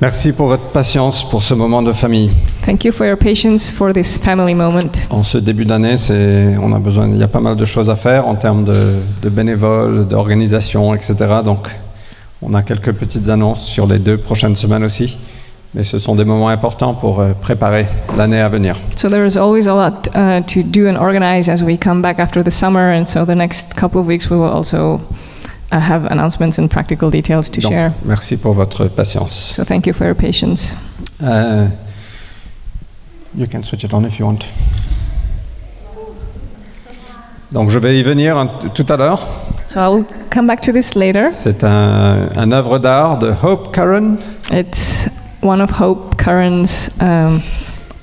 Merci pour votre patience pour ce moment de famille. Thank you for your patience for this family moment. En ce début d'année, c'est, on a besoin, il y a pas mal de choses à faire en termes de, de bénévoles, d'organisation, etc. Donc, on a quelques petites annonces sur les deux prochaines semaines aussi. Mais ce sont des moments importants pour euh, préparer l'année à venir. So there is always a lot uh, to do and organize as we come back after the summer, and so the next couple of weeks we will also uh, have announcements and practical details to Donc, share. merci pour votre patience. So thank you for your patience. Euh, you can switch it on if you want. Donc je vais y venir un- tout à l'heure. So I will come back to this later. C'est un, un œuvre d'art de Hope Curran. It's one of Hope Curran's um,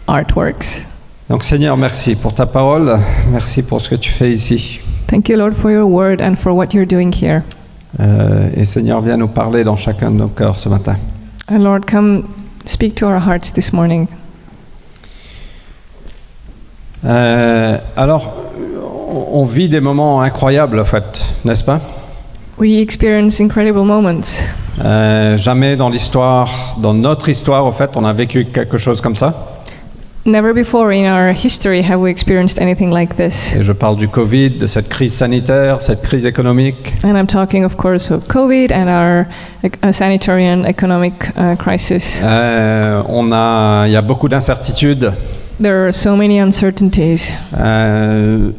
artworks. Donc Seigneur, merci pour ta parole, merci pour ce que tu fais ici. Thank you, Lord, for your word and for what you're doing here. Euh, et Seigneur, viens nous parler dans chacun de nos cœurs ce matin. And Lord, come speak to our hearts this morning. Euh, alors, on on vit des moments incroyables, en fait, n'est-ce pas We experience incredible moments. Euh, Jamais dans l'histoire, dans notre histoire, en fait, on a vécu quelque chose comme ça. Never before in our history have we experienced anything like this. Et je parle du Covid, de cette crise sanitaire, cette crise économique. And I'm talking, of course, of COVID and our ec- uh, sanitary and economic uh, crisis. Euh, on a, il y a beaucoup d'incertitudes. There are so many uncertainties. Euh,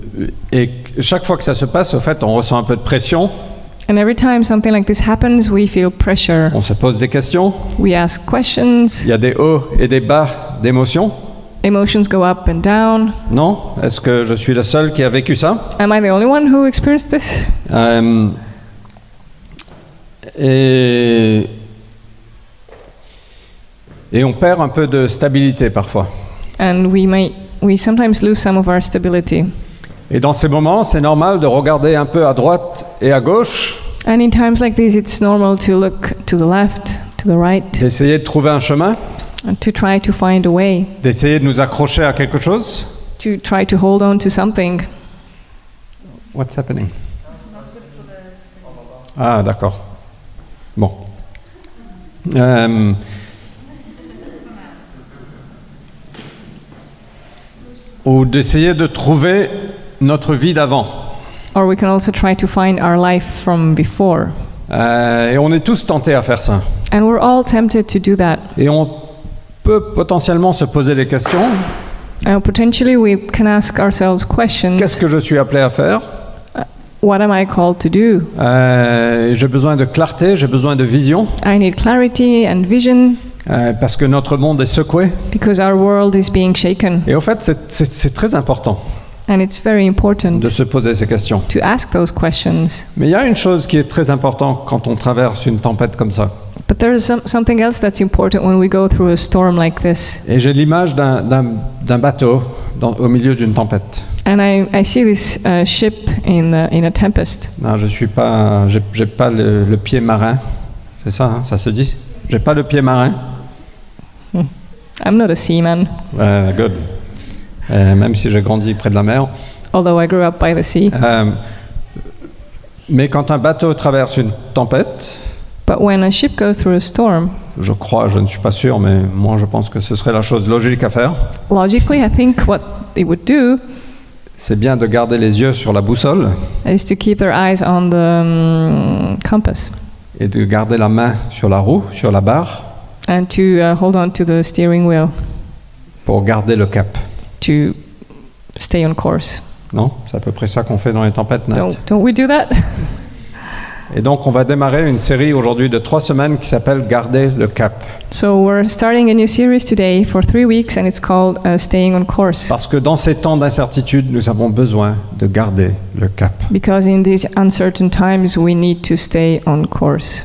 et chaque fois que ça se passe, au fait, on ressent un peu de pression, And every time something like this happens, we feel pressure. on se pose des questions. We ask questions, Il y a des hauts et des bas d'émotions. emotions go up and down. Non Est-ce que je suis le seul qui a vécu ça Am I the only one who experienced this? Euh, et, et on perd un peu de stabilité parfois. And we may we sometimes lose some of our stability. Et dans ces moments, c'est normal de regarder un peu à droite et à gauche, And in times like these, it's normal to look to the left, to the right, d'essayer de trouver un chemin, and to try to find a way, d'essayer de nous accrocher à quelque chose. to try to hold on to something. What's happening? Ah, d'accord. Bon. Euh, ou d'essayer de trouver notre vie d'avant. Or we can also try to find our life from before. Euh, et on est tous tentés à faire ça. And we're all tempted to do that. Et on peut potentiellement se poser des questions. And Uh, potentially, we can ask ourselves questions Qu'est-ce que je suis appelé à faire What am I called to do? Euh, J'ai besoin de clarté, j'ai besoin de vision, I need clarity and vision euh, parce que notre monde est secoué. because our world is being shaken. Et au fait, c'est- c'est c'est très important. And it's very important de se poser ces questions. to ask those questions. Mais il y a une chose qui est très importante quand on traverse une tempête comme ça. But there is some, something else that's important when we go through a storm like this. Et j'ai l'image d'un- d'un d'un bateau dans- au milieu d'une tempête. And I, I see this uh, ship in, uh, in a tempest. Non, je suis pas, j'ai j'ai pas le, le pied marin. C'est ça, hein, ça se dit. J'ai pas le pied marin. I'm not a seaman, Euh, good. Euh, même si j'ai grandi près de la mer. although I grew up by the sea. Euh, mais quand un bateau traverse une tempête, But when a ship goes through a storm, je crois, je ne suis pas sûr, mais moi je pense que ce serait la chose logique à faire. logically, I think what they would do C'est bien de garder les yeux sur la boussole. is to keep their eyes on the um, compass et de garder la main sur la roue, sur la barre, and to uh, hold on to the steering wheel pour garder le cap. to stay on course. Non C'est à peu près ça qu'on fait dans les tempêtes, Nat. Don't, don't we do that? Et donc, on va démarrer une série aujourd'hui de trois semaines qui s'appelle Garder le cap. So we're starting a new series today for three weeks, and it's called uh, Staying on Course. Parce que dans ces temps d'incertitude, nous avons besoin de garder le cap. Because in these uncertain times, we need to stay on course.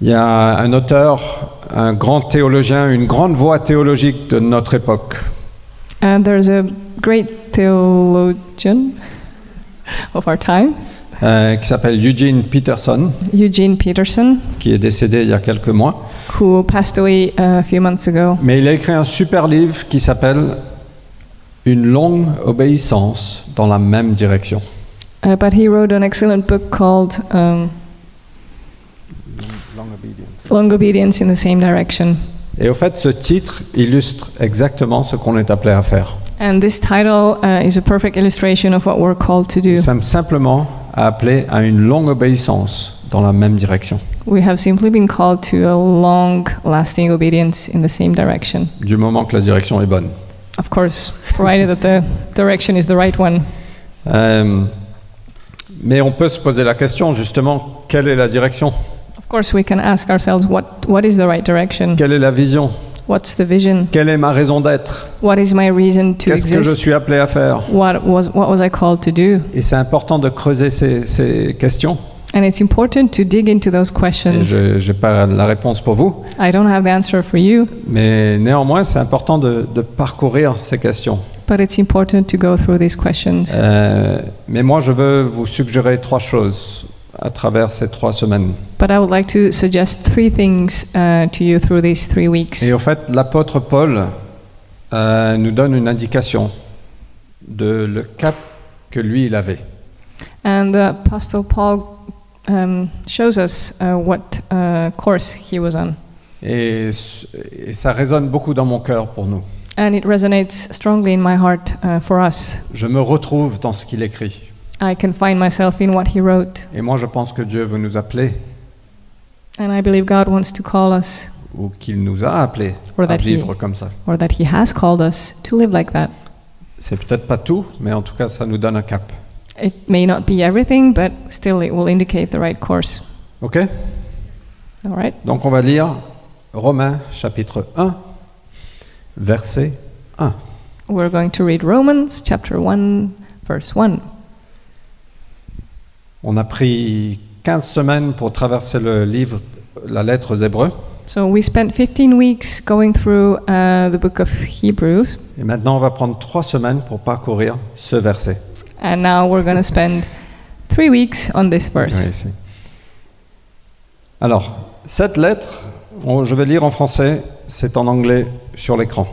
Il y a un auteur, un grand théologien, une grande voix théologique de notre époque, And there's a great theologian of our time, euh, qui s'appelle Eugene Peterson, Eugene Peterson, qui est décédé il y a quelques mois. who passed away uh, a few months ago. Mais il a écrit un super livre qui s'appelle Une longue obéissance dans la même direction. Uh, but he wrote an excellent book called um, Longue Long Obedience. long obedience in the same direction. Et au fait, ce titre illustre exactement ce qu'on est appelé à faire. And this title uh, is a perfect illustration of what we're called to do. Nous sommes simplement appelés à une longue obéissance dans la même direction. We have simply been called to a long lasting obedience in the same direction. Du moment que la direction est bonne. Of course, provided that the direction is the right one. Euh, mais on peut se poser la question, justement, quelle est la direction Of course, we can ask ourselves what, what is the right direction? Quelle est la vision What's the vision? Quelle est ma raison d'être What is my reason to Qu'est-ce que je exist? suis appelé à faire What was, what was I called to do? Et c'est important de creuser ces, ces questions. And it's important to dig into those Et questions. je n'ai pas la réponse pour vous, I don't have the answer for you, mais néanmoins, c'est important de, de parcourir ces questions. but it's important to go through these questions. Euh, mais moi, je veux vous suggérer trois choses à travers ces trois semaines. But I would like to suggest three things uh, to you through these three weeks. Et au fait, l'apôtre Paul euh, nous donne une indication de le cap que lui, il avait. And the Apostle Paul um, shows us uh, what uh, course he was on. Et, s- et ça résonne beaucoup dans mon cœur pour nous. And it resonates strongly in my heart uh, for us. Je me retrouve dans ce qu'il écrit. I can find myself in what he wrote. Et moi, je pense que Dieu veut nous appeler, And I believe God wants to call us, ou qu'il nous a appelés, or à that, he, vivre comme ça. or that he has called us, to live like that. C'est peut-être pas tout, mais en tout cas, ça nous donne un cap. It may not be everything, but still it will indicate the right course. OK All right? Donc, on va lire Romains chapitre 1, verset 1. We're going to read Romans chapter 1, verse 1. On a pris 15 semaines pour traverser le livre, la lettre aux Hébreux. So we spent 15 weeks going through uh, the book of Hebrews, Et maintenant, on va prendre 3 semaines pour parcourir ce verset. and now we're going to spend three weeks on this verse. Oui, c'est- Alors, cette lettre, on- je vais lire en français, c'est en anglais sur l'écran.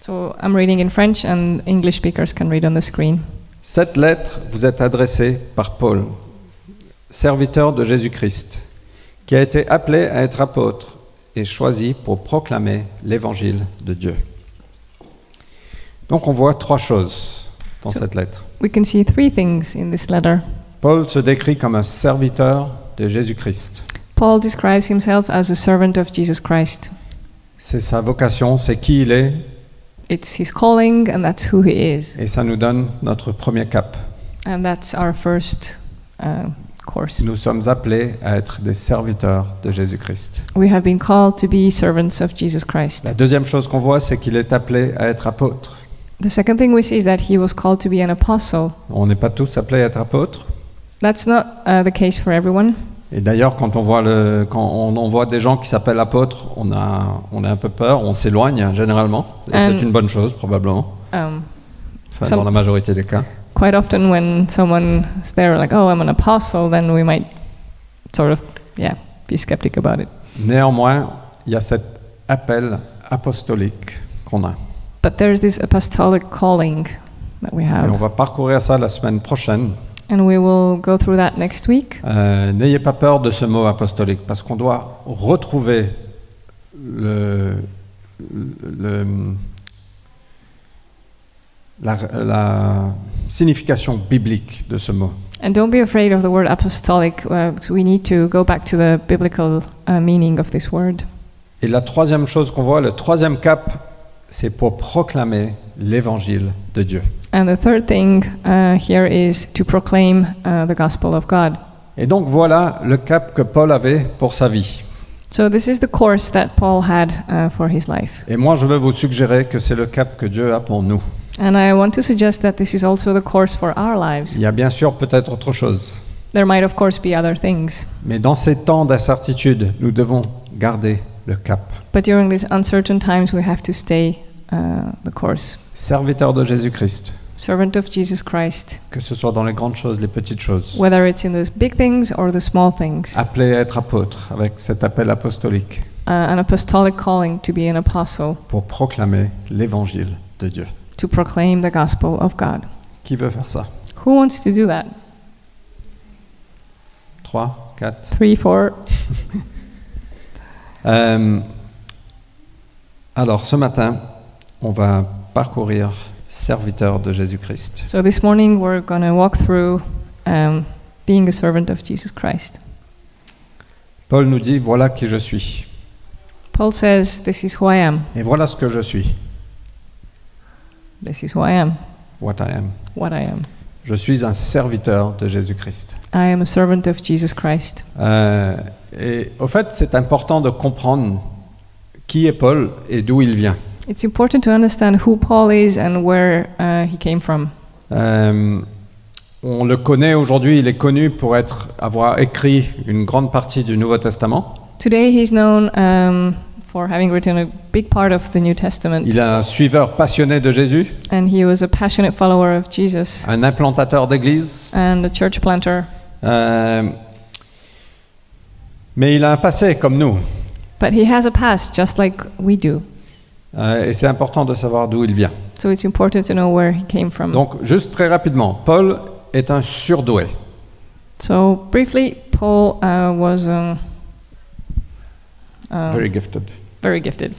So I'm reading in French, and English speakers can read on the screen. Cette lettre vous est adressée par Paul, serviteur de Jésus-Christ, qui a été appelé à être apôtre et choisi pour proclamer l'évangile de Dieu. Donc on voit trois choses dans cette lettre. We can see three things in this letter. Paul se décrit comme un serviteur de Jésus-Christ. Paul describes himself as a servant of Jesus Christ. C'est sa vocation, c'est qui il est, It's his calling, and that's who he is. et ça nous donne notre premier cap. And that's our first uh, course. Nous sommes appelés à être des serviteurs de Jésus-Christ. We have been called to be servants of Jesus Christ. La deuxième chose qu'on voit, c'est qu'il est appelé à être apôtre. The second thing we see is that he was called to be an apostle. On n'est pas tous appelés à être apôtres. That's not uh, the case for everyone. Et d'ailleurs, quand on voit le, quand on, on voit des gens qui s'appellent apôtres, on a, on a un peu peur, on s'éloigne hein, généralement. Et Euh, c'est une bonne chose probablement, Um, enfin, ça- dans la majorité des cas. quite often, when someone is there, like, oh, I'm an apostle, then we might sort of, yeah, be skeptic about it. Néanmoins, il y a cet appel apostolique qu'on a. But there's this apostolic calling that we Et on have. va parcourir ça la semaine prochaine. And we will go through that next week. Euh, N'ayez pas peur de ce mot apostolique, parce qu'on doit retrouver le, le- la, la signification biblique de ce mot. And don't be afraid of the word apostolic. Uh, 'cause we need to go back to the biblical uh, meaning of this word. Et la troisième chose qu'on voit, le troisième cap, c'est pour proclamer l'évangile de Dieu. And the third thing uh, here is to proclaim uh, the gospel of God. Et donc voilà le cap que Paul avait pour sa vie. So this is the course that Paul had uh, for his life. Et moi, je veux vous suggérer que c'est le cap que Dieu a pour nous. And I want to suggest that this is also the course for our lives. Il y a bien sûr peut-être autre chose. There might, of course, be other things. Mais dans ces temps d'incertitude, nous devons garder le cap. But during these uncertain times, we have to stay uh, the course. Serviteur de Jésus-Christ, Servant of Jesus Christ, que ce soit dans les grandes choses, les petites choses. whether it's in the big things or the small things, uh, Appelé à être apôtre, avec cet appel apostolique, an apostolic calling to be an apostle, pour proclamer l'évangile de Dieu. to proclaim the gospel of God. Qui veut faire ça Who wants to do that? 3, 4. Three, four. Euh, alors, ce matin, on va parcourir serviteur de Jésus-Christ. So this morning we're going to walk through um, being a servant of Jesus Christ. Paul nous dit, voilà qui je suis, Paul says, This is who I am. et voilà ce que je suis, This is who I am. what I am. What I am. Je suis un serviteur de Jésus-Christ. I am a servant of Jesus Christ. Euh, et au fait, c'est important de comprendre qui est Paul et d'où il vient. It's important to understand who Paul is and where uh, he came from. Euh, on le connaît aujourd'hui, il est connu pour être, avoir écrit une grande partie du Nouveau Testament. Today he's known um, for having written a big part of the New Testament, Il est un suiveur passionné de Jésus, and he was a passionate follower of Jesus un implantateur d'église, and a church planter. euh, mais il a un passé comme nous. But he has a past, just like we do. Euh, et c'est important de savoir d'où il vient. So it's important to know where he came from. Donc, juste très rapidement, Paul est un surdoué. So briefly, Paul uh, was um, um, Very gifted. very gifted.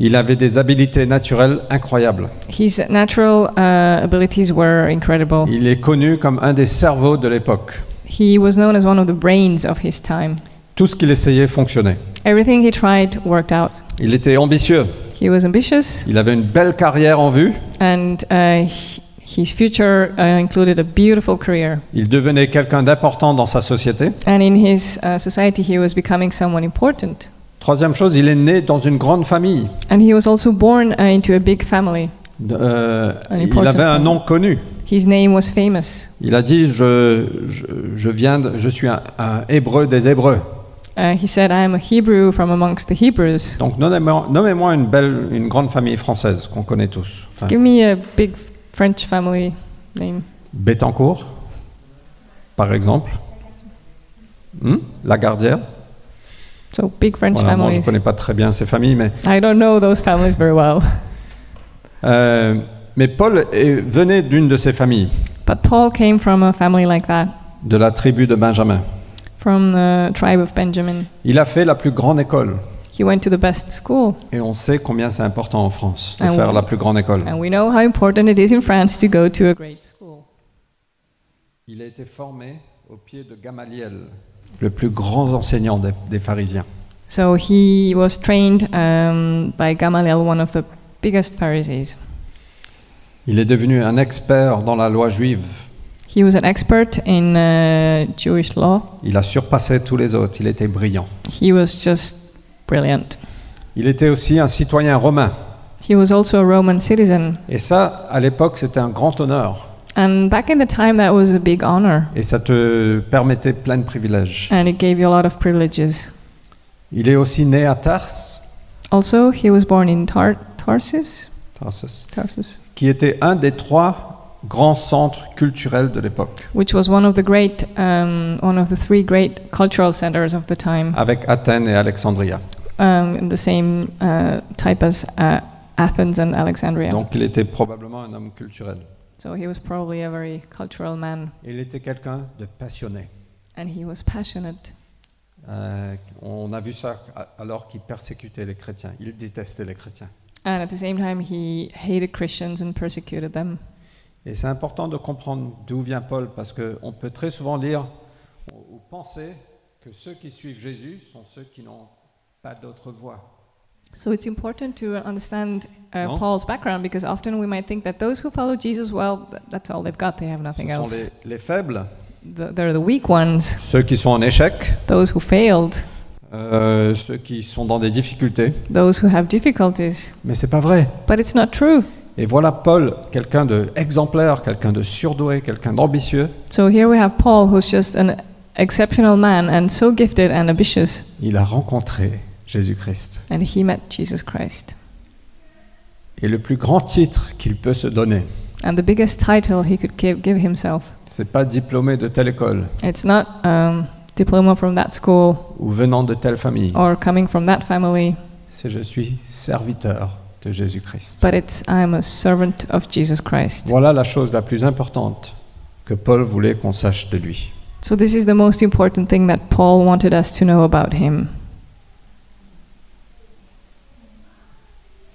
Il avait des habilités naturelles incroyables. His natural uh, abilities were incredible. Il est connu comme un des cerveaux de l'époque. He was known as one of the brains of his time. Tout ce qu'il essayait fonctionnait. Everything he tried worked out. Il était ambitieux. He was ambitious, Il avait une belle carrière en vue. and uh, h- his future uh, included a beautiful career. Il devenait quelqu'un d'important dans sa société. And in his uh, society, he was becoming someone important. Troisième chose, il est né dans une grande famille. And he was also born uh, into a big family. Euh, Un il important avait un homme. nom connu. His name was famous. Il a dit je, je, je viens, de- je suis un, un hébreu des hébreux. Uh, he said, I am a Hebrew from amongst the Hebrews. Donc nommez-moi nommez-moi une belle, une grande famille française qu'on connaît tous. Enfin, Give me a big French family name. Bettencourt, par exemple. Hmm Lagardière. So big French Voilà, moi, je ne families. connais pas très bien ces familles, mais I don't know those families very well. euh, mais Paul est- venait d'une de ces familles, But Paul came from a family like that, de la tribu de Benjamin. from the tribe of Benjamin. Il a fait la plus grande école. He went to the best school. Et on sait combien c'est important en France de Ah oui. faire la plus grande école. And we know how important it is in France to go to a great school. Il a été formé au pied de Gamaliel, le plus grand enseignant des, des pharisiens. So he was trained um, by Gamaliel, one of the biggest Pharisees. Il est devenu un expert dans la loi juive. He was an expert in uh, Jewish law. Il a surpassé tous les autres. Il était brillant. He was just brilliant. Il était aussi un citoyen romain. He was also a Roman citizen, Et ça, à l'époque, c'était un grand honneur. And back in the time, that was a big honor, Et ça te permettait plein de privilèges. and it gave you a lot of privileges. Il est aussi né à Tarse, Also, he was born in Tar- Tarsus, Tarsus, Tarsus, qui était un des trois grands centres culturels de l'époque, which was one of the great, um, one of the three great cultural centers of the time, avec Athènes et Alexandria. um, in the same uh, type as uh, Athens and Alexandria. Donc il était probablement un homme culturel. So he was probably a very cultural man, Il était quelqu'un de passionné. and he was passionate. Euh, on a vu ça a- alors qu'il persécutait les chrétiens. Il détestait les chrétiens. And at the same time, he hated Christians and persecuted them. Et c'est important de comprendre d'où vient Paul parce qu'on peut très souvent lire ou ou penser que ceux qui suivent Jésus sont ceux qui n'ont pas d'autre voie. So it's important to understand uh, No? Paul's background because often we might think that those who follow Jesus, well, th- that's all they've got. They have Ce nothing sont else. les, les faibles, Th- they're the weak ones, ceux qui sont en échec, those who failed, euh, ceux qui sont dans des difficultés. those who have difficulties. Mais c'est pas vrai. But it's not true. Et voilà Paul, quelqu'un de exemplaire, quelqu'un de surdoué, quelqu'un d'ambitieux. So here we have Paul, who's just an exceptional man and so gifted and ambitious, Il a rencontré Jésus-Christ. and he met Jesus Christ. Et le plus grand titre qu'il peut se donner, And the biggest title he could give, give himself. c'est pas diplômé de telle école It's not um, diploma from that school ou venant de telle famille. or coming from that family, C'est je suis serviteur de Jésus-Christ. but it's I'm a servant of Jesus Christ. Voilà la chose la plus importante que Paul voulait qu'on sache de lui. So this is the most important thing that Paul wanted us to know about him.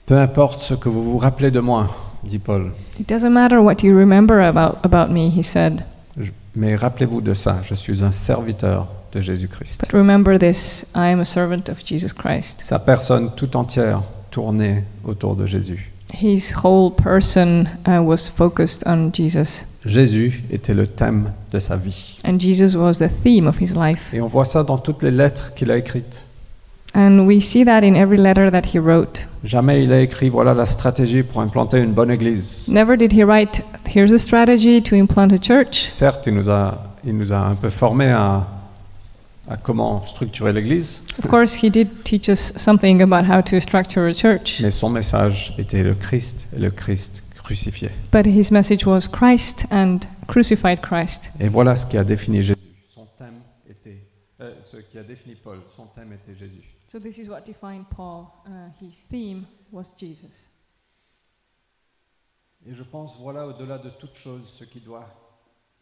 Peu importe ce que vous vous rappelez de moi, dit Paul, It doesn't matter what you remember about, about me, he said, je- mais rappelez-vous de ça, je suis un serviteur de Jésus-Christ. but remember this I am a servant of Jesus Christ. Sa personne tout entière tournée autour de Jésus. His whole person uh, was focused on Jesus, Jésus était le thème de sa vie. and Jesus was the theme of his life. Et on voit ça dans toutes les lettres qu'il a écrites. And we see that in every letter that he wrote. Jamais il a écrit voilà la stratégie pour implanter une bonne église. Never did he write, Here's a strategy to implant a church. Certes, il nous a, il nous a un peu formés à, à comment structurer l'église, Of course, he did teach us something about how to structure a church, mais son message était le Christ et le Christ crucifié. but his message was Christ and crucified Christ. Et voilà ce qui a défini Jésus. Son thème était, euh, ce qui a défini Paul, son thème était Jésus. So, this is what defined Paul. Uh, his theme was Jesus. Et je pense voilà au-delà de toute chose ce qui doit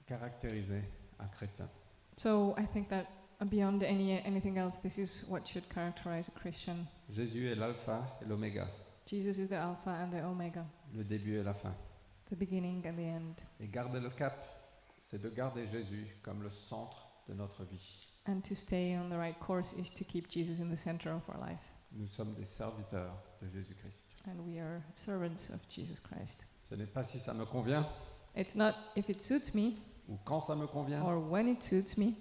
caractériser un chrétien. So, I think that beyond any, anything else, this is what should characterize a Christian. Jésus est l'alpha et l'oméga, Jesus is the Alpha and the Omega, le début et la fin. the beginning and the end. Et garder le cap, c'est de garder Jésus comme le centre de notre vie. And to stay on the right course is to keep Jesus in the center of our life. Nous sommes des serviteurs de Jésus-Christ. And we are servants of Jesus Christ. Ce n'est pas si ça me convient It's not if it suits me ou quand ça me convient or when it suits me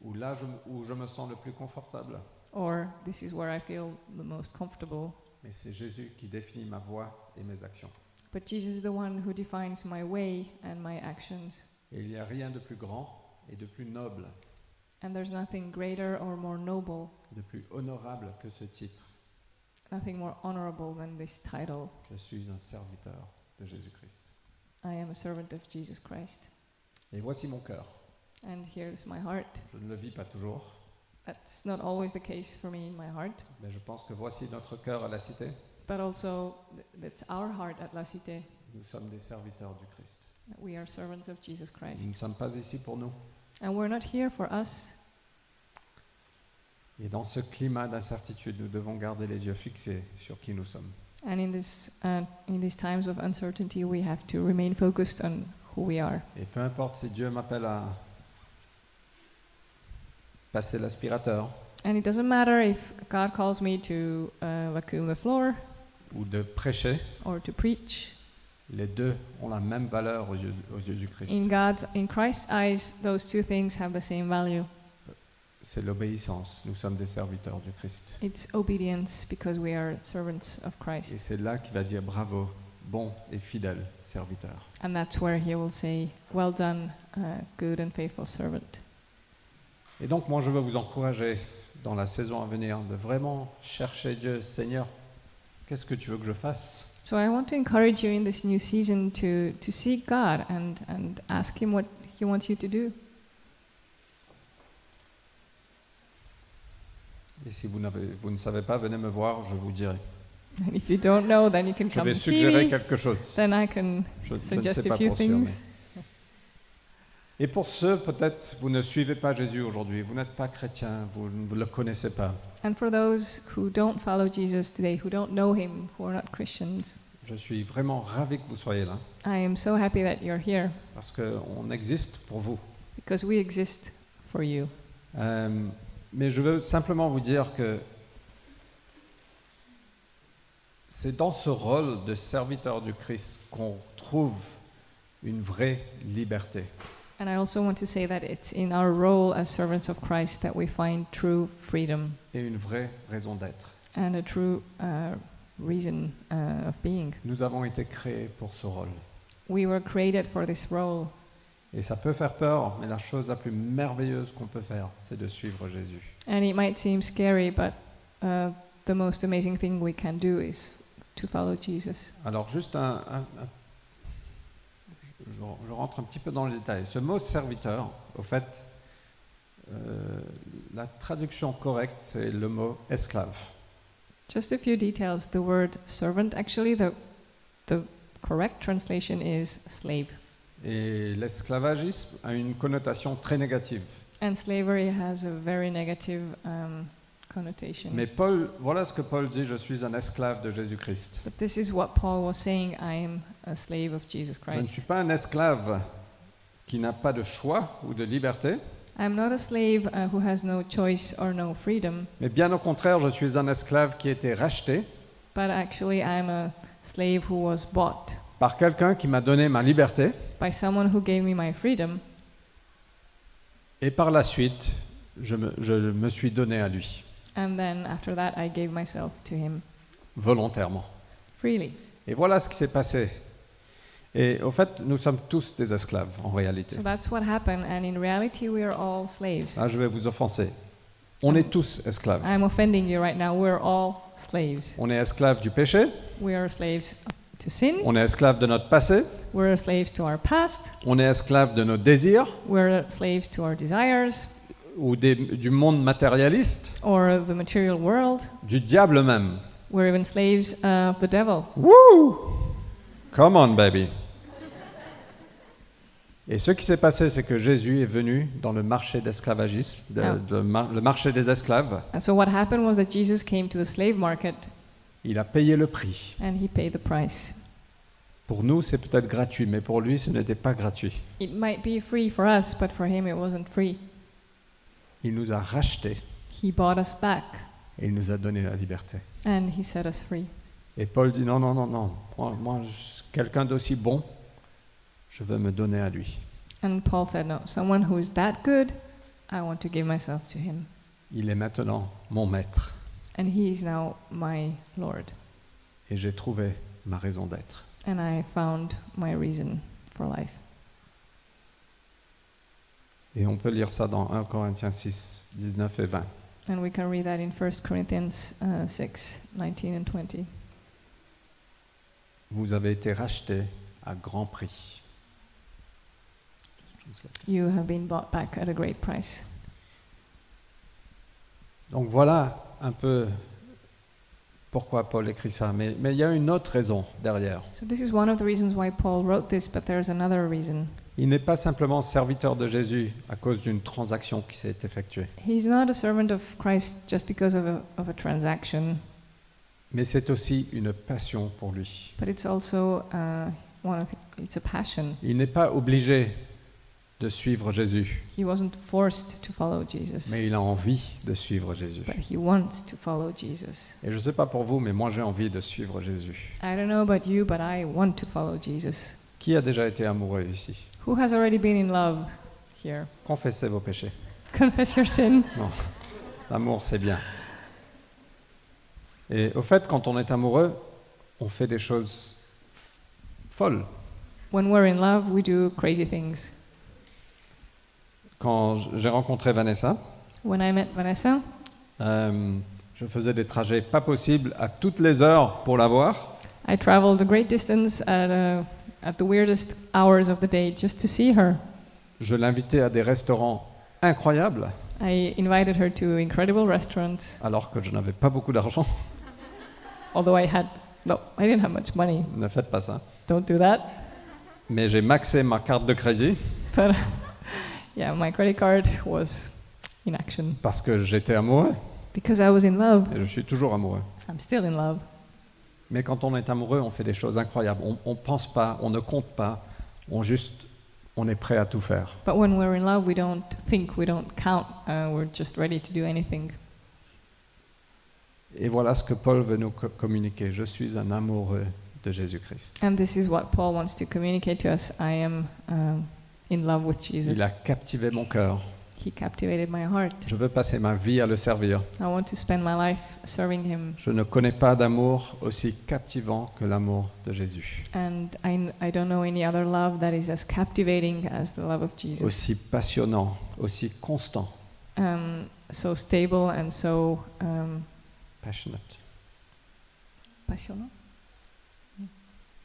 ou là je m- où je me sens le plus confortable. or this is where I feel the most comfortable. Mais c'est Jésus qui définit ma voie et mes actions. But Jesus is the one who defines my way and my actions. Et il n'y a rien de plus grand et de plus noble, And there's nothing greater or more noble, de plus honorable que ce titre. nothing more honorable than this title Je suis un serviteur de Jésus-Christ. I am a servant of Jesus Christ. Et voici mon cœur. And here's my heart. Je ne le vis pas toujours, That's not always the case for me in my heart. mais je pense que voici notre cœur à la cité. But also, th- that's our heart at La Cité. Nous sommes des serviteurs du Christ. that We are servants of Jesus Nous ne Christ. sommes pas ici pour nous. And we're not here for us. Et dans ce climat d'incertitude, nous devons garder les yeux fixés sur qui nous sommes. And in, this, uh, in these times of uncertainty, we have to remain focused on who we are. Et peu importe si Dieu m'appelle à passer l'aspirateur And it doesn't matter if God calls me to uh, vacuum the floor ou de prêcher, or to preach. les deux ont la même valeur aux yeux, aux yeux du In Christ. God's, in Christ's eyes, those two things have the same value. C'est l'obéissance. Nous sommes des serviteurs du Christ. It's obedience because we are servants of Et Christ, c'est là qu'il va dire bravo, bon et fidèle serviteur. and that's where He will say, "Well done, uh, good and faithful servant." Et donc moi je veux vous encourager dans la saison à venir de vraiment chercher Dieu, Seigneur, qu'est-ce que tu veux que je fasse So I want to encourage you in this new season to, to seek God and, and ask Him what He wants you to do. Et si vous, n'avez- vous ne savez pas, venez me voir, je vous dirai. And if you don't know, then you can Je come vais and see me. suggérer quelque chose. Then I can Je, je ne suggest sais pas a few pour sûr. mais- things. Et pour ceux, peut-être, vous ne suivez pas Jésus aujourd'hui, vous n'êtes pas chrétien, vous ne le connaissez pas. And for those who don't follow Jesus today, who don't know Him, who are not Christians, Je suis vraiment ravi que vous soyez là, I am so happy that you're here parce qu'on existe pour vous. because we exist for you. Euh, mais je veux simplement vous dire que c'est dans ce rôle de serviteur du Christ qu'on trouve une vraie liberté. And I also want to say that it's in our role as servants of Christ that we find true freedom et une vraie raison d'être. and a true uh, reason uh, of being. Nous avons été créés pour ce rôle. We were created for this role, Et ça peut faire peur, mais la chose la plus merveilleuse qu'on peut faire, c'est de suivre Jésus. and it might seem scary, but uh, the most amazing thing we can do is to follow Jesus. Alors juste un... un- un- je, je rentre un petit peu dans le détail. Ce mot serviteur, au fait, euh, la traduction correcte, c'est le mot esclave. Just a few details. The word servant, actually, the the correct translation is slave, Et l'esclavagisme a une connotation très négative. and slavery has a very negative um, connotation. Mais Paul, voilà ce que Paul dit, je suis un esclave de Jésus-Christ. but this is what Paul was saying I am a slave of Jesus Je ne suis Christ. pas un esclave qui n'a pas de choix ou de liberté, I'm not a slave uh, who has no choice or no freedom, mais bien au contraire, je suis un esclave qui a été racheté but actually I'm a slave who was bought par quelqu'un qui m'a donné ma liberté by someone who gave me my freedom, et par la suite, je me, je me suis donné à lui, and then after that I gave myself to him volontairement. freely. Et voilà ce qui s'est passé. Et au fait, nous sommes tous des esclaves en réalité. So that's what happened, and in reality we are all slaves. Là, je vais vous offenser. On est tous esclaves. I'm offending you right now. We're all slaves. On est esclaves du péché, We are slaves to sin, on est esclaves de notre passé, we're slaves to our past, on est esclaves de nos désirs we're slaves to our desires ou des- du monde matérialiste, or the material world. du diable même. We're even slaves of the devil. Woo! Come on, baby. Et ce qui s'est passé, c'est que Jésus est venu dans le marché d'esclavagisme, de- Ah. de mar- le marché des esclaves. And so what happened was that Jesus came to the slave market Il a payé le prix. and he paid the price. Pour nous, c'est peut-être gratuit, mais pour lui, ce n'était pas gratuit. It might be free for us, but for him it wasn't free. Il nous a rachetés He bought us back et il nous a donné la liberté. and he set us free. Et Paul dit non, non, non, non. Moi, moi, je- quelqu'un d'aussi bon, je veux me donner à lui. And Paul said, No, someone who is that good, I want to give myself to him. Il est maintenant mon maître And he is now my Lord. et j'ai trouvé ma raison d'être. And I found my reason for life. Et on peut lire ça dans 1 Corinthiens 6, 19 et 20. And we can read that in 1 Corinthians uh, 6 19 and 20. Vous avez été rachetés à grand prix. You have been bought back at a great price. Donc voilà un peu pourquoi Paul écrit ça. Mais, mais il y a une autre raison derrière. So, this is one of the reasons why Paul wrote this, but there's another reason. Il n'est pas simplement serviteur de Jésus à cause d'une transaction qui s'est effectuée. He's not a servant of Christ just because of a, of a transaction, Mais c'est aussi une passion pour lui. but it's also uh, one of, it's a passion. Il n'est pas obligé de suivre Jésus, He wasn't forced to follow Jesus, mais il a envie de suivre Jésus. but he wants to follow Jesus. Et je ne sais pas pour vous, mais moi j'ai envie de suivre Jésus. I don't know about you, but I want to follow Jesus. Qui a déjà été amoureux ici Who has already been in love here? Confessez vos péchés. Confess your sin. Non, l'amour c'est bien. Et au fait, quand on est amoureux, on fait des choses f- folles. When we're in love, we do crazy things. Quand j- j'ai rencontré Vanessa, When I met Vanessa, euh, je faisais des trajets pas possibles à toutes les heures pour la voir. I traveled a great distance at, uh at the weirdest hours of the day just to see her. Je l'invitais à des restaurants incroyables. I invited her to incredible restaurants, alors que je n'avais pas beaucoup d'argent. although I had no, I didn't have much money. ne faites pas ça. Don't do that. Mais j'ai maxé ma carte de crédit But yeah, my credit card was in action parce que j'étais amoureux because I was in love. et je suis toujours amoureux. I'm still in love. Mais quand on est amoureux, on fait des choses incroyables. On ne pense pas, on ne compte pas, on juste, on est prêt à tout faire. But when we're in love, we don't think, we don't count. Uh, we're just ready to do anything. Et voilà ce que Paul veut nous co- communiquer. Je suis un amoureux de Jésus-Christ. And this is what Paul wants to communicate to us. I am um, in love with Jesus. Il a captivé mon cœur. He captivated my heart. Je veux passer ma vie à le servir. I want to spend my life serving him. Je ne connais pas d'amour aussi captivant que l'amour de Jésus, And I, I don't know any other love that is as captivating as the love of Jesus. aussi passionnant, aussi constant, Um, so stable and so um, passionate. passionate.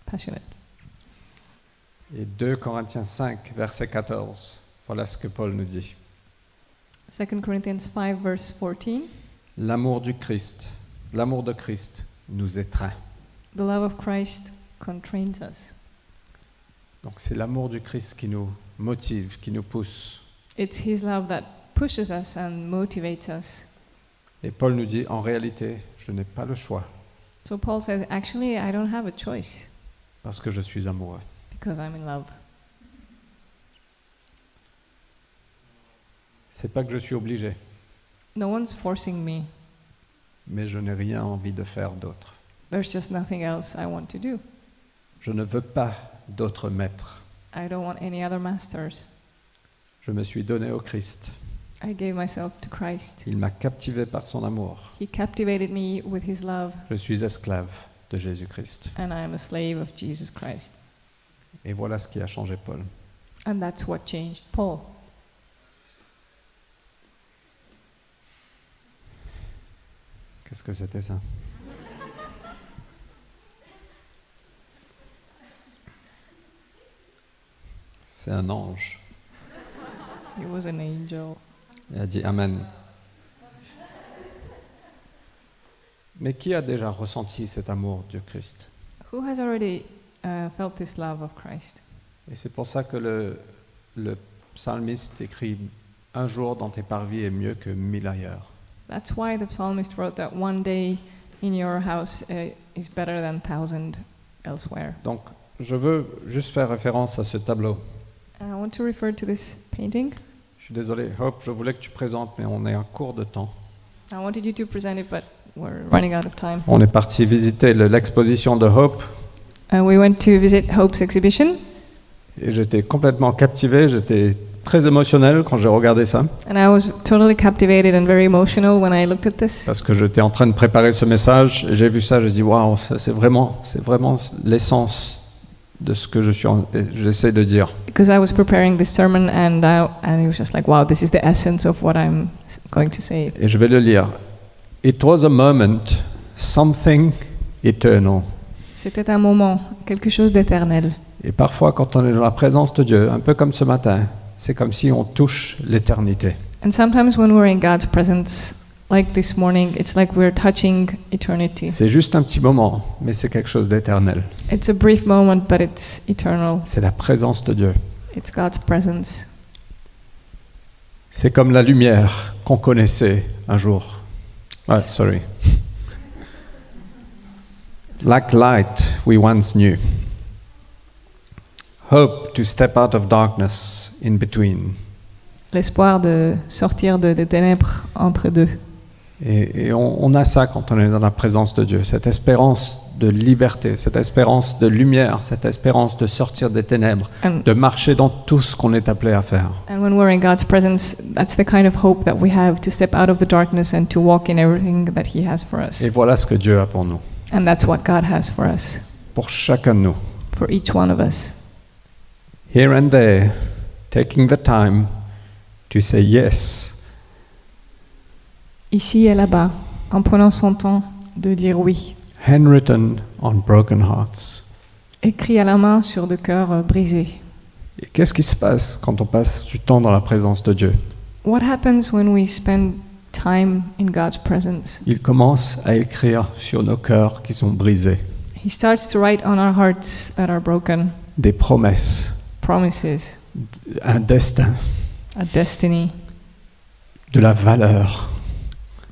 Passionate. Et 2 Corinthiens 5, verset 14. Voilà ce que Paul nous dit. 2 Corinthians 5, verse 14. L'amour du Christ, l'amour de Christ nous étreint. The love of Christ constrains us. Donc c'est l'amour du Christ qui nous motive, qui nous pousse. It's his love that pushes us and motivates us. Et Paul nous dit, en réalité, je n'ai pas le choix So Paul says, actually, I don't have a choice parce que je suis amoureux. because I'm in love. C'est pas que je suis obligé, No one's forcing me. mais je n'ai rien envie de faire d'autre. There's just nothing else I want to do. Je ne veux pas d'autres maîtres. I don't want any other masters. Je me suis donné au Christ. I gave myself to Christ. Il m'a captivé par son amour. He captivated me with his love, Je suis esclave de Jésus-Christ. and I am a slave of Jesus Christ. Et voilà ce qui a changé Paul. And that's what changed Paul. Qu'est-ce que c'était ça C'est un ange. He was an angel. Il a dit Amen. Mais qui a déjà ressenti cet amour du Christ Who has already uh, felt this love of Christ? Et c'est pour ça que le, le psalmiste écrit Un jour dans tes parvis est mieux que mille ailleurs. That's why the psalmist wrote that one day in your house uh, is better than thousand elsewhere. Donc, je veux juste faire référence à ce tableau. I want to refer to this painting. Je suis désolé, Hop, je voulais que tu présentes, mais on est en cours de temps. I wanted you to present it, but we're running out of time. On est parti visiter le- l'exposition de Hope Uh, we went to visit Hope's exhibition, et j'étais complètement captivé, j'étais très émotionnel quand j'ai regardé ça and I was totally captivated and very emotional when I looked at this parce que j'étais en train de préparer ce message et j'ai vu ça, j'ai dit waouh, ça, c'est vraiment c'est vraiment l'essence de ce que je suis en- et j'essaie de dire. because I was preparing this sermon, and I and it was just like, wow, this is the essence of what I'm s- going to say. Et je vais le lire. It was a moment, something eternal. C'était un moment, quelque chose d'éternel. Et parfois quand on est dans la présence de Dieu, un peu comme ce matin, c'est comme si on touche l'éternité. And sometimes when we're in God's presence, like this morning, it's like we're touching eternity. C'est juste un petit moment, mais c'est quelque chose d'éternel. It's a brief moment, but it's eternal. C'est la présence de Dieu. It's God's presence. C'est comme la lumière qu'on connaissait un jour. Ah, sorry. Like light we once knew. Hope to step out of darkness in between. L'espoir de sortir de- des ténèbres entre deux. Et, et on, on a ça quand on est dans la présence de Dieu, cette espérance de liberté, cette espérance de lumière, cette espérance de sortir des ténèbres, And de marcher dans tout ce qu'on est appelé à faire. And when we're in God's presence, that's the kind of hope that we have to step out of the darkness and to walk in everything that He has for us. Et voilà ce que Dieu a pour nous, And that's what God has for us, pour chacun de nous. for each one of us. here and there, taking the time to say yes Ici et là-bas, en prenant son temps de dire oui, handwritten on broken hearts. écrit à la main sur de cœurs euh, brisés. Et qu'est-ce qui se passe quand on passe du temps dans la présence de Dieu What happens when we spend time in God's presence? Il commence à écrire sur nos cœurs qui sont brisés He starts to write on our hearts that are broken des promesses, promises, un destin, a destiny, de la valeur,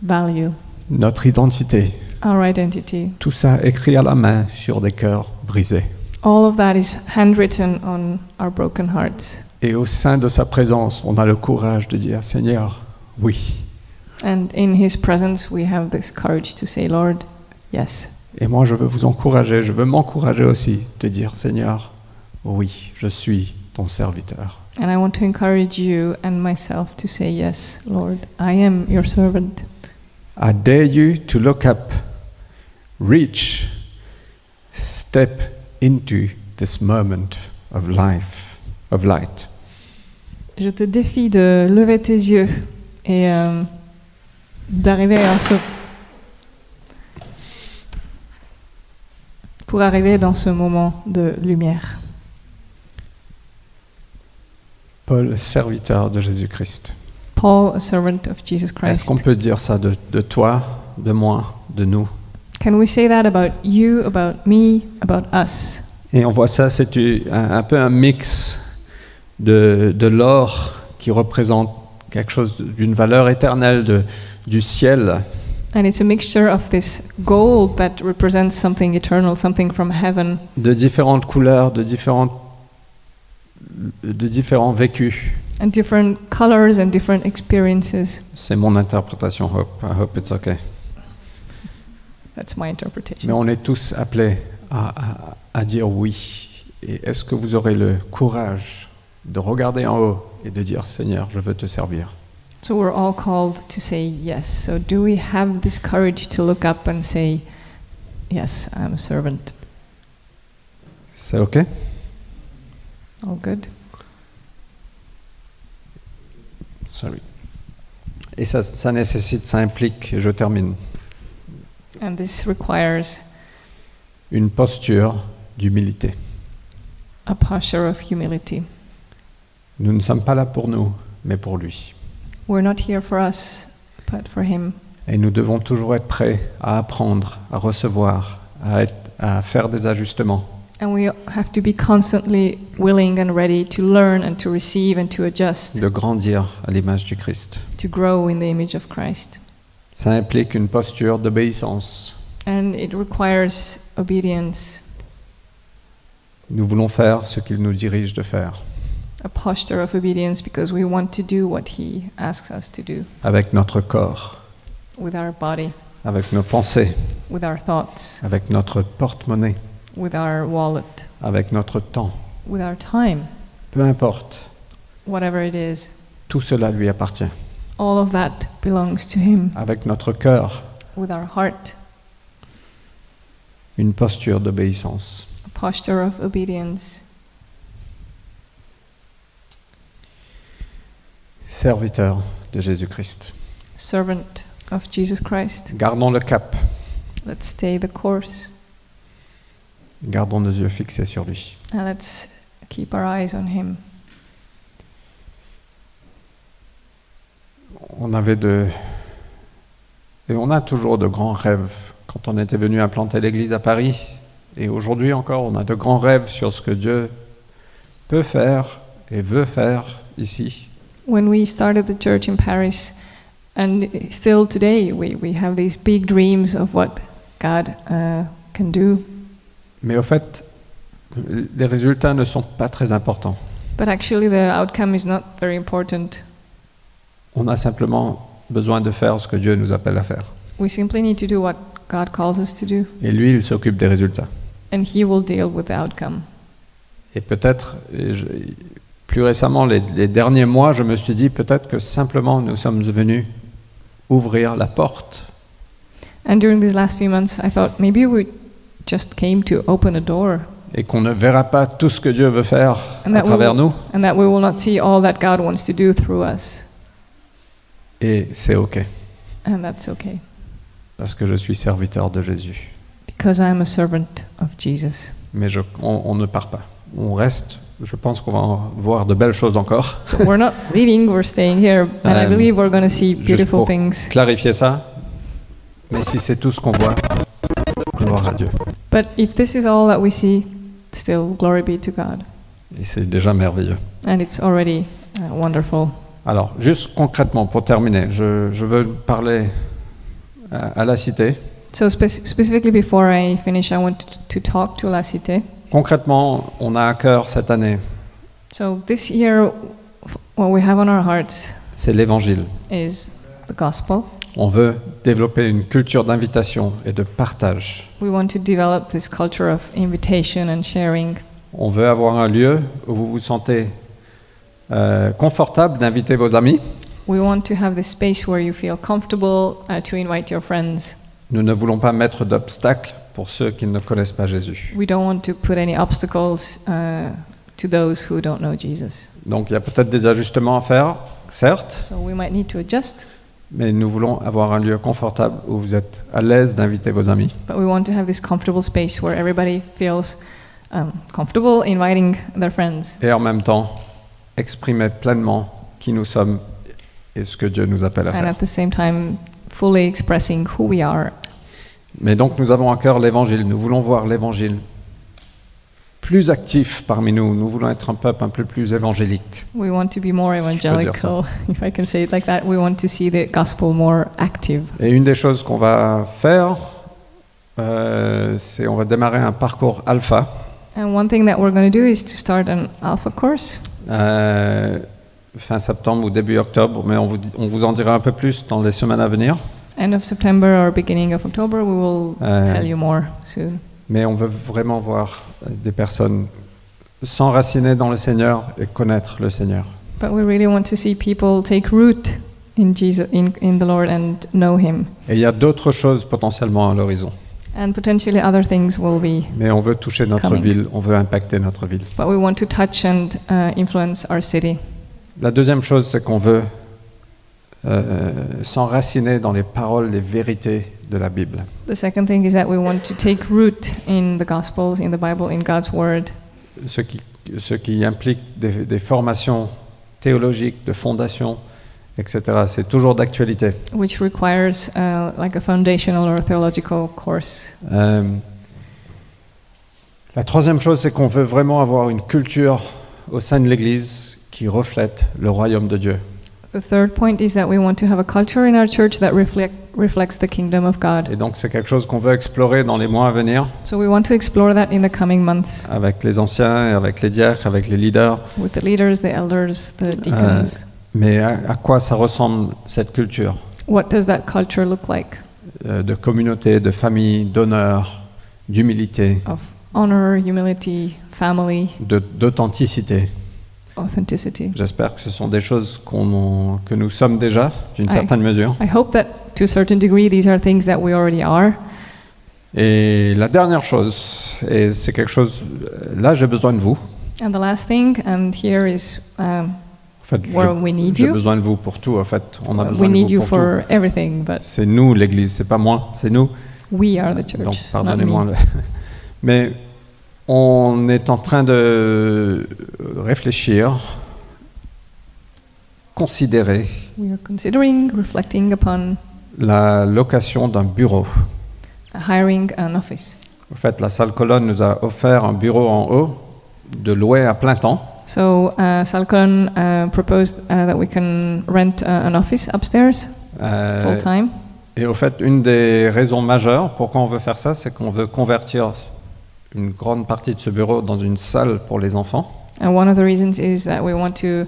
value, notre identité. our identity. Tout ça écrit à la main sur des cœurs brisés. All of that is handwritten on our broken hearts. Et au sein de sa présence, on a le courage de dire Seigneur, oui. And in His presence, we have this courage to say, Lord, yes. Et moi, je veux vous encourager, je veux m'encourager aussi de dire, Seigneur, oui, je suis ton serviteur. And I want to encourage you and myself to say, Yes, Lord, I am your servant. I dare you to look up, reach, step into this moment of life, of light. Je te défie de lever tes yeux et euh, d'arriver à ce. pour arriver dans ce moment de lumière. Paul, serviteur de Jésus-Christ. Paul, a servant of Jesus Est-ce Christ. qu'on peut dire ça de, de toi, de moi, de nous Can we say that about you, about me, about us? Et on voit ça, c'est u- un, un peu un mix de, de l'or qui représente quelque chose d'une valeur éternelle, de, du ciel. And it's a mixture of this gold that represents something eternal, something from heaven, de différentes couleurs, de, différentes, de différents vécus. and different colors and different experiences. C'est mon interprétation, Hope. I hope it's okay. That's my Mais interpretation. on est tous appelés à, à- à dire oui. Et est-ce que vous aurez le courage de regarder en haut et de dire Seigneur, je veux te servir So we're all called to say yes. So do we have this courage to look up and say, Yes, I'm a servant? C'est OK All good. Sorry. Et ça, ça nécessite, ça implique, je termine, And this requires une posture d'humilité. a posture of humility. Nous ne sommes pas là pour nous, mais pour lui. We're not here for us, but for Him. Et nous devons toujours être prêts à apprendre, à recevoir, à, être- à faire des ajustements. And we have to be constantly willing and ready to learn and to receive and to adjust, de grandir à l'image du Christ. to grow in the image of Christ. Ça implique une posture d'obéissance. And it requires obedience, Nous voulons faire ce qu'il nous dirige de faire, a posture of obedience, because we want to do what He asks us to do avec notre corps, with our body, avec nos pensées, with our thoughts, avec notre porte-monnaie, with our wallet, avec notre temps. with our time, Peu importe, whatever it is. tout cela lui appartient. All of that belongs to Him, Avec notre cœur, with our heart, une posture d'obéissance. a posture of obedience. Serviteur de Jésus-Christ. servant of Jesus Christ. Gardons le cap, Let's stay the course gardons nos yeux fixés sur lui. and let's keep our eyes on Him. On avait de... Et on a toujours de grands rêves. Quand on était venu implanter l'église à Paris, et aujourd'hui encore, on a de grands rêves sur ce que Dieu peut faire et veut faire ici. When we started the church in Paris, and still today, we, we have these big dreams of what God uh, can do. Mais au fait, les résultats ne sont pas très importants. But actually, the outcome is not very important. On a simplement besoin de faire ce que Dieu nous appelle à faire. We simply need to do what God calls us to do, Et lui, il s'occupe des résultats. and He will deal with the outcome. Et peut-être, et je- plus récemment, les, les derniers mois, je me suis dit peut-être que simplement nous sommes venus ouvrir la porte And during these last few months, I thought maybe we just came to open a door et qu'on ne verra pas tout ce que Dieu veut faire And à that we travers will- nous. and that we will not see all that God wants to do through us. Et c'est OK, And that's okay, parce que je suis serviteur de Jésus. because I am a servant of Jesus. Mais je- on, on ne part pas. On reste. Je pense qu'on va en voir de belles choses encore. So we're not leaving, we're staying here, and I Um, believe we're going to see juste beautiful pour- things. Clarifier ça. Mais si c'est tout ce qu'on voit, gloire à Dieu. But if this is all that we see, still glory be to God. Et c'est déjà merveilleux. And it's already uh, wonderful. Alors, juste concrètement, pour terminer, je, je veux parler euh, à, à la cité. So, spec- specifically before I finish, I want t- to talk to La Cité. Concrètement, on a à cœur cette année, So, this year, f- what we have on our hearts c'est l'évangile. is the gospel. On veut développer une culture d'invitation et de partage. We want to develop this culture of invitation and sharing. On veut avoir un lieu où vous vous sentez euh, confortable d'inviter vos amis. We want to have this space where you feel comfortable uh, to invite your friends. Nous ne voulons pas mettre d'obstacles pour ceux qui ne connaissent pas Jésus. We don't want to put any obstacles uh, to those who don't know Jesus. Donc il y a peut-être des ajustements à faire, certes, So we might need to adjust, mais nous voulons avoir un lieu confortable où vous êtes à l'aise d'inviter vos amis. but we want to have this comfortable space where everybody feels um, comfortable inviting their friends et en même temps exprimer pleinement qui nous sommes et ce que Dieu nous appelle à and faire. at the same time fully expressing who we are. Mais donc nous avons à cœur l'évangile, nous voulons voir l'évangile plus actifs parmi nous. Nous voulons être un peuple un peu plus évangélique. We want to be more evangelical, if I can say it like that. We want to see the gospel more active. Et une des choses qu'on va faire, euh, c'est on va démarrer un parcours alpha. And one thing that we're going to do is to start an alpha course. euh, fin septembre ou début octobre, mais on vous, dit- on vous en dira un peu plus dans les semaines à venir. End of September or beginning of October, we will Euh, tell you more soon. Mais on veut vraiment voir euh, des personnes s'enraciner dans le Seigneur et connaître le Seigneur. But we really want to see people take root in Jesus, in, in the Lord, and know Him. Et il y a d'autres choses potentiellement à l'horizon. And potentially other things will be. Mais on veut toucher notre Coming. ville, on veut impacter notre ville. But we want to touch and uh, influence our city. La deuxième chose, c'est qu'on veut euh, s'enraciner dans les paroles, les vérités de la Bible. The second thing is that we want to take root in the Gospels, in the Bible, in God's Word, Ce qui, ce qui implique des, des formations théologiques, de fondations, etc. C'est toujours d'actualité. which requires uh, like a foundational or theological course. Euh, la troisième chose, c'est qu'on veut vraiment avoir une culture au sein de l'Église qui reflète le royaume de Dieu. The third point is that we want to have a culture in our church that reflect, reflects the kingdom of God. Et donc c'est quelque chose qu'on veut explorer dans les mois à venir So we want to explore that in the coming months avec les anciens, et avec les diacres, avec les leaders. with the leaders, the elders, the deacons. Mais à, à quoi ça ressemble cette culture What does that culture look like euh, de communauté, de famille, d'honneur, d'humilité, of honor, humility, family, de- d'authenticité authenticity? J'espère que ce sont des choses qu'on- que nous sommes déjà, d'une Ouais. certaine mesure. I hope that to a certain degree these are things that we already are. Et la dernière chose, et c'est quelque chose, là j'ai besoin de vous. And the last thing, and here is um, En fait, Well, je- we need j'ai you. besoin de vous pour tout. En fait, on a we besoin need de vous you pour tout. for everything, but C'est nous l'Église, c'est pas moi, c'est nous. we are the church. Donc not me. pardonnez-moi. le- Mais on est en train de réfléchir, considérer We are considering reflecting upon la location d'un bureau. hiring an office. En fait, la salle colonne nous a offert un bureau en haut de louer à plein temps. So uh, Salcon uh, proposed uh, that we can rent uh, an office upstairs Euh, full time. Et au fait, une des raisons majeures pourquoi on veut faire ça, c'est qu'on veut convertir une grande partie de ce bureau dans une salle pour les enfants. And one of the reasons is that we want to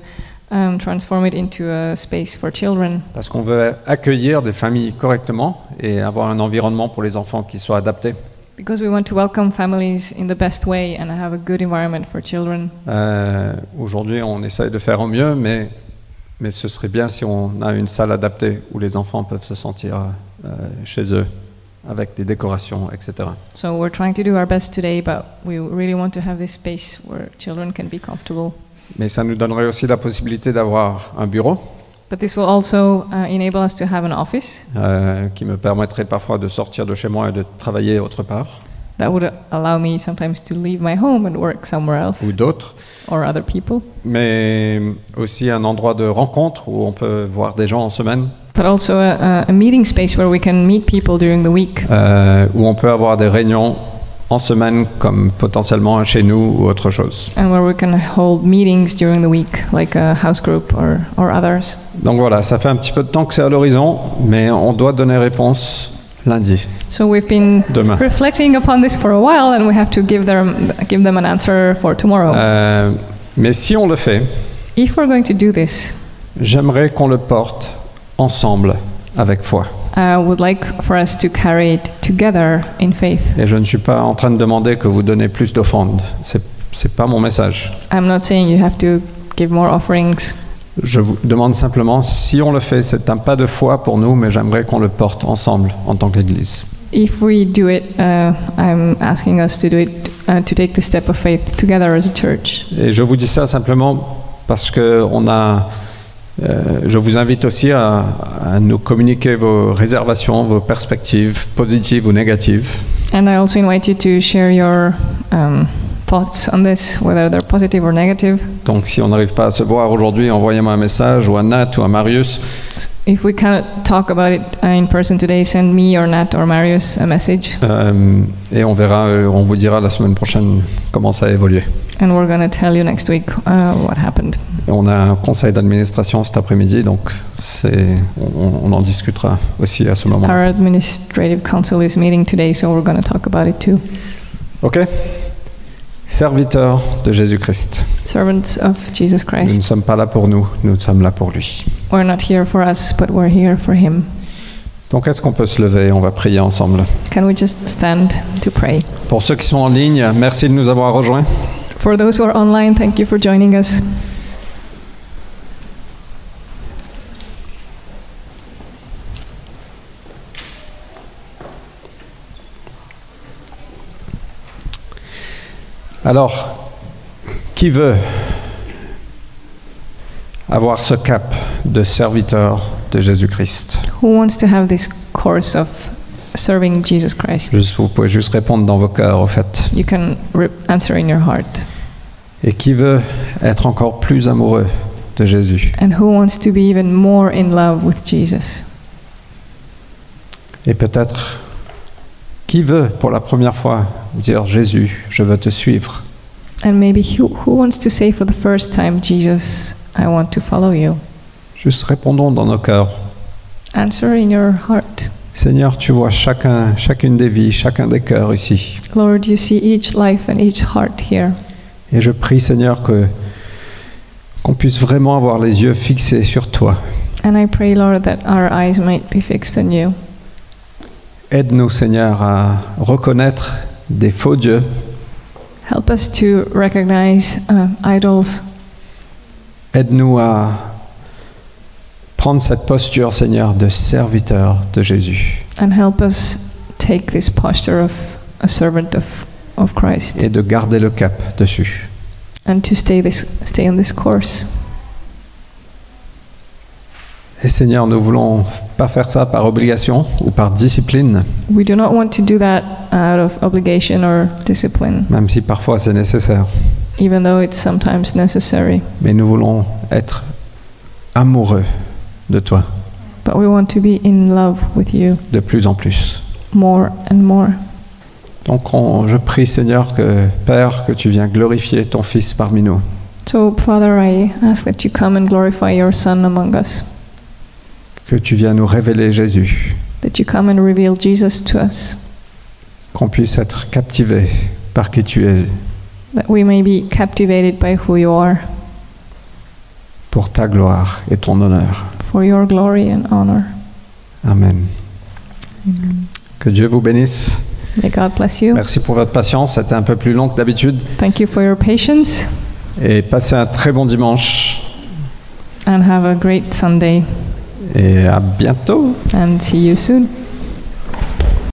um, transform it into a space for children Parce qu'on veut accueillir des familles correctement et avoir un environnement pour les enfants qui soit adapté. because we want to welcome families in the best way and have a good environment for children. Euh, Aujourd'hui, on essaye de faire au mieux, mais, mais ce serait bien si on a une salle adaptée où les enfants peuvent se sentir euh, chez eux avec des décorations, etc. So we're trying to do our best today, but we really want to have this space where children can be comfortable. Mais ça nous donnerait aussi la possibilité d'avoir un bureau But this will also uh, enable us to have an office euh, qui me permettrait parfois de sortir de chez moi et de travailler autre part, that would allow me sometimes to leave my home and work somewhere else ou d'autres, or other people. mais aussi un endroit de rencontre où on peut voir des gens en semaine, But also a- a, a meeting space where we can meet people during the week, euh, où on peut avoir des réunions en semaine comme potentiellement un chez nous ou autre chose. and where we can hold meetings during the week, like a house group or, or others. Donc voilà, ça fait un petit peu de temps que c'est à l'horizon, mais on doit donner réponse lundi, So we've been demain. reflecting upon this for a while, and we have to give them give them an answer for tomorrow. Euh, mais si on le fait, if we're going to do this, j'aimerais qu'on le porte ensemble avec foi. I would like for us to carry it together in faith. Et je ne suis pas en train de demander que vous donnez plus d'offrandes. C'est c'est pas mon message. I'm not saying you have to give more offerings. Je vous demande simplement si on le fait, c'est un pas de foi pour nous, mais j'aimerais qu'on le porte ensemble en tant qu'Église. If we do it, uh, I'm asking us to do it uh, to take the step of faith together as a church. Et je vous dis ça simplement parce que on a. euh, je vous invite aussi à, à nous communiquer vos réservations, vos perspectives positives ou négatives. And I also invite you to share your um, thoughts on this, whether they're positive or negative. Donc, si on n'arrive pas à se voir aujourd'hui, envoyez-moi un message ou à Nat ou à Marius. If we cannot talk about it uh, in person today, send me or Nat or Marius a message, Euh, et on verra, euh, on vous dira la semaine prochaine comment ça a évolué. and we're going to tell you next week uh, what happened. Et on a un conseil d'administration cet après-midi, donc c'est, on, on en discutera aussi à ce moment. Our administrative council is meeting today, so we're going to talk about it too. Ok Serviteurs de Jésus-Christ, Servants of Jesus nous ne Christ, sommes pas là pour nous, nous sommes là pour lui. we're not here for us, but we're here for Him. Donc est-ce qu'on peut se lever On va prier ensemble. Can we just stand to pray? Pour ceux qui sont en ligne, merci de nous avoir rejoints. For those who are online, thank you for joining us. Alors, qui veut avoir ce cap de serviteur de Jésus-Christ Who wants to have this course of serving Jesus Christ? Juste- Vous pouvez juste répondre dans vos cœurs, au fait. You can re- answer in your heart. Et qui veut être encore plus amoureux de Jésus And who wants to be even more in love with Jesus? Et peut-être, qui veut pour la première fois dire Jésus, je veux te suivre And maybe who, who wants to say for the first time, Jesus, I want to follow you? Juste répondons dans nos cœurs. Answer in your heart. Seigneur, tu vois chacun, chacune des vies, chacun des cœurs ici. Lord, you see each life and each heart here. Et je prie, Seigneur, que qu'on puisse vraiment avoir les yeux fixés sur toi. And I pray, Lord, that our eyes might be fixed on you. Aide-nous, Seigneur, à reconnaître des faux dieux Help us to recognize uh, idols. Aide-nous à prendre cette posture, Seigneur, de serviteur de Jésus and help us take this posture of a servant of, of Christ et de garder le cap dessus. and to stay this stay on this course. Et Seigneur, nous voulons pas faire ça par obligation ou par discipline, We do not want to do that out of obligation or discipline, même si parfois c'est nécessaire. even though it's sometimes necessary. Mais nous voulons être amoureux de toi But we want to be in love with you de plus en plus. more and more. Donc on- je prie, Seigneur, que Père, que tu viens glorifier ton Fils parmi nous. So, Father, I ask that you come and glorify your Son among us, que tu viens nous révéler Jésus, that you come and reveal Jesus to us, qu'on puisse être captivé par qui tu es that we may be captivated by who you are pour ta gloire et ton honneur. for your glory and honor. Amen. Que Dieu vous bénisse. May God bless you. Merci pour votre patience. C'était un peu plus long que d'habitude. Thank you for your patience. Et passez un très bon dimanche. and have a great Sunday Et à bientôt. and see you soon.